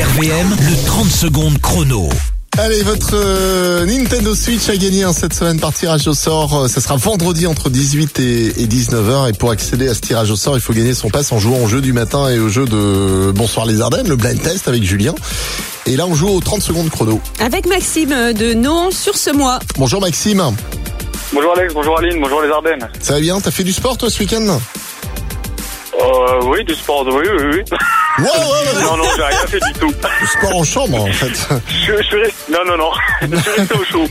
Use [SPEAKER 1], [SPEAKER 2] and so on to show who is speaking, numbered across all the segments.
[SPEAKER 1] RVM, le 30 secondes chrono.
[SPEAKER 2] Allez, votre euh, Nintendo Switch a gagné hein, cette semaine par tirage au sort. Euh, Ça sera vendredi entre 18 et, et 19h. Et pour accéder à ce tirage au sort, il faut gagner son pass en jouant au jeu du matin et au jeu de Bonsoir les Ardennes, le blind test avec Julien. Et là, on joue aux 30 secondes chrono.
[SPEAKER 3] Avec Maxime euh, de Nohant sur ce mois.
[SPEAKER 2] Bonjour Maxime,
[SPEAKER 4] Bonjour Alex, bonjour Aline, bonjour les Ardennes.
[SPEAKER 2] ça va bien T'as fait du sport toi ce week-end
[SPEAKER 4] Euh, oui, du sport, oui, oui, oui.
[SPEAKER 2] Ouais, ouais, ouais.
[SPEAKER 4] Non, non, j'ai rien fait du tout.
[SPEAKER 2] Du sport en chambre en fait.
[SPEAKER 4] Je, je suis resté... Non, non, non, je suis resté au chaud.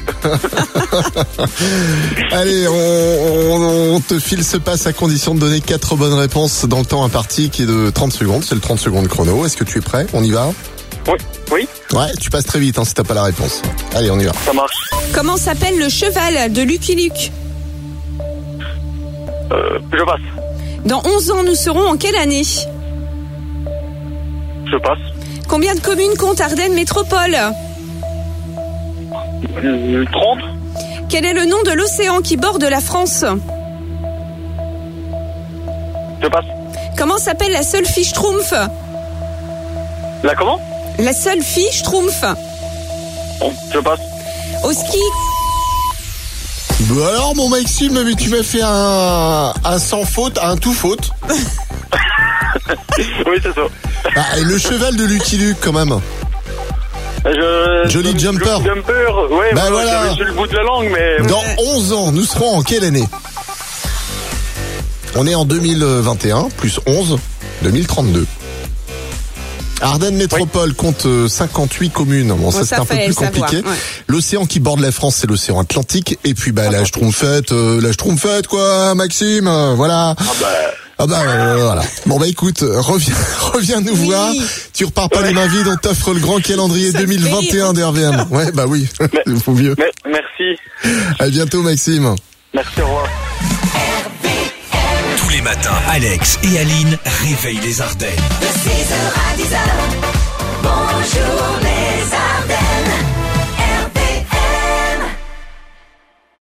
[SPEAKER 2] Allez, on, on- on te file ce pass à condition de donner quatre bonnes réponses dans le temps imparti qui est de 30 secondes. C'est le 30 secondes chrono. Est-ce que tu es prêt On y va
[SPEAKER 4] Oui, oui,
[SPEAKER 2] Ouais, tu passes très vite hein, si t'as pas la réponse. Allez, on y va.
[SPEAKER 4] ça marche.
[SPEAKER 3] Comment s'appelle le cheval de Lucky Luke
[SPEAKER 4] Euh, je passe,
[SPEAKER 3] Dans 11 ans, nous serons en quelle année
[SPEAKER 4] je passe.
[SPEAKER 3] Combien de communes compte Ardennes Métropole
[SPEAKER 4] Euh, 30,
[SPEAKER 3] Quel est le nom de l'océan qui borde la France
[SPEAKER 4] je passe.
[SPEAKER 3] Comment s'appelle la seule fille Schtroumpf
[SPEAKER 4] Là, comment
[SPEAKER 3] La seule fille Schtroumpf.
[SPEAKER 4] Bon, Je passe.
[SPEAKER 3] Au ski,
[SPEAKER 2] Bah alors, mon Maxime, mais tu m'as fait un, un sans faute, un tout faute.
[SPEAKER 4] Oui, c'est ça.
[SPEAKER 2] Ah, et le cheval de Lucky Luke quand même.
[SPEAKER 4] Je...
[SPEAKER 2] Jolly
[SPEAKER 4] Jolly
[SPEAKER 2] jumper.
[SPEAKER 4] Jumper, ouais,
[SPEAKER 2] Bah
[SPEAKER 4] ouais,
[SPEAKER 2] voilà.
[SPEAKER 4] j'avais sur le bout de la langue, mais...
[SPEAKER 2] Dans 11 ans, nous serons en quelle année On est en 2021, plus 11, 2032. Ardennes Métropole compte euh, 58 communes. Bon, ça, c'est
[SPEAKER 3] ça
[SPEAKER 2] un peu
[SPEAKER 3] fait
[SPEAKER 2] plus
[SPEAKER 3] savoir,
[SPEAKER 2] compliqué.
[SPEAKER 3] ouais.
[SPEAKER 2] L'océan qui borde la France, c'est l'océan Atlantique. Et puis, bah, la Schtroumpfette, euh, la Schtroumpfette, quoi, Maxime, euh, voilà. Ah bah, euh, voilà. Bon, bah, écoute, euh, reviens, reviens nous
[SPEAKER 3] Oui.
[SPEAKER 2] voir. Tu repars pas les mains vides, on t'offre le grand calendrier
[SPEAKER 3] Ça fait
[SPEAKER 2] 2021 d'RVM. Ouais, bah oui, il faut mieux.
[SPEAKER 4] mais- Merci,
[SPEAKER 2] À bientôt, Maxime.
[SPEAKER 4] merci, au revoir.
[SPEAKER 1] Tous les matins, Alex et Aline réveillent les Ardennes.
[SPEAKER 5] De 6h à 10h,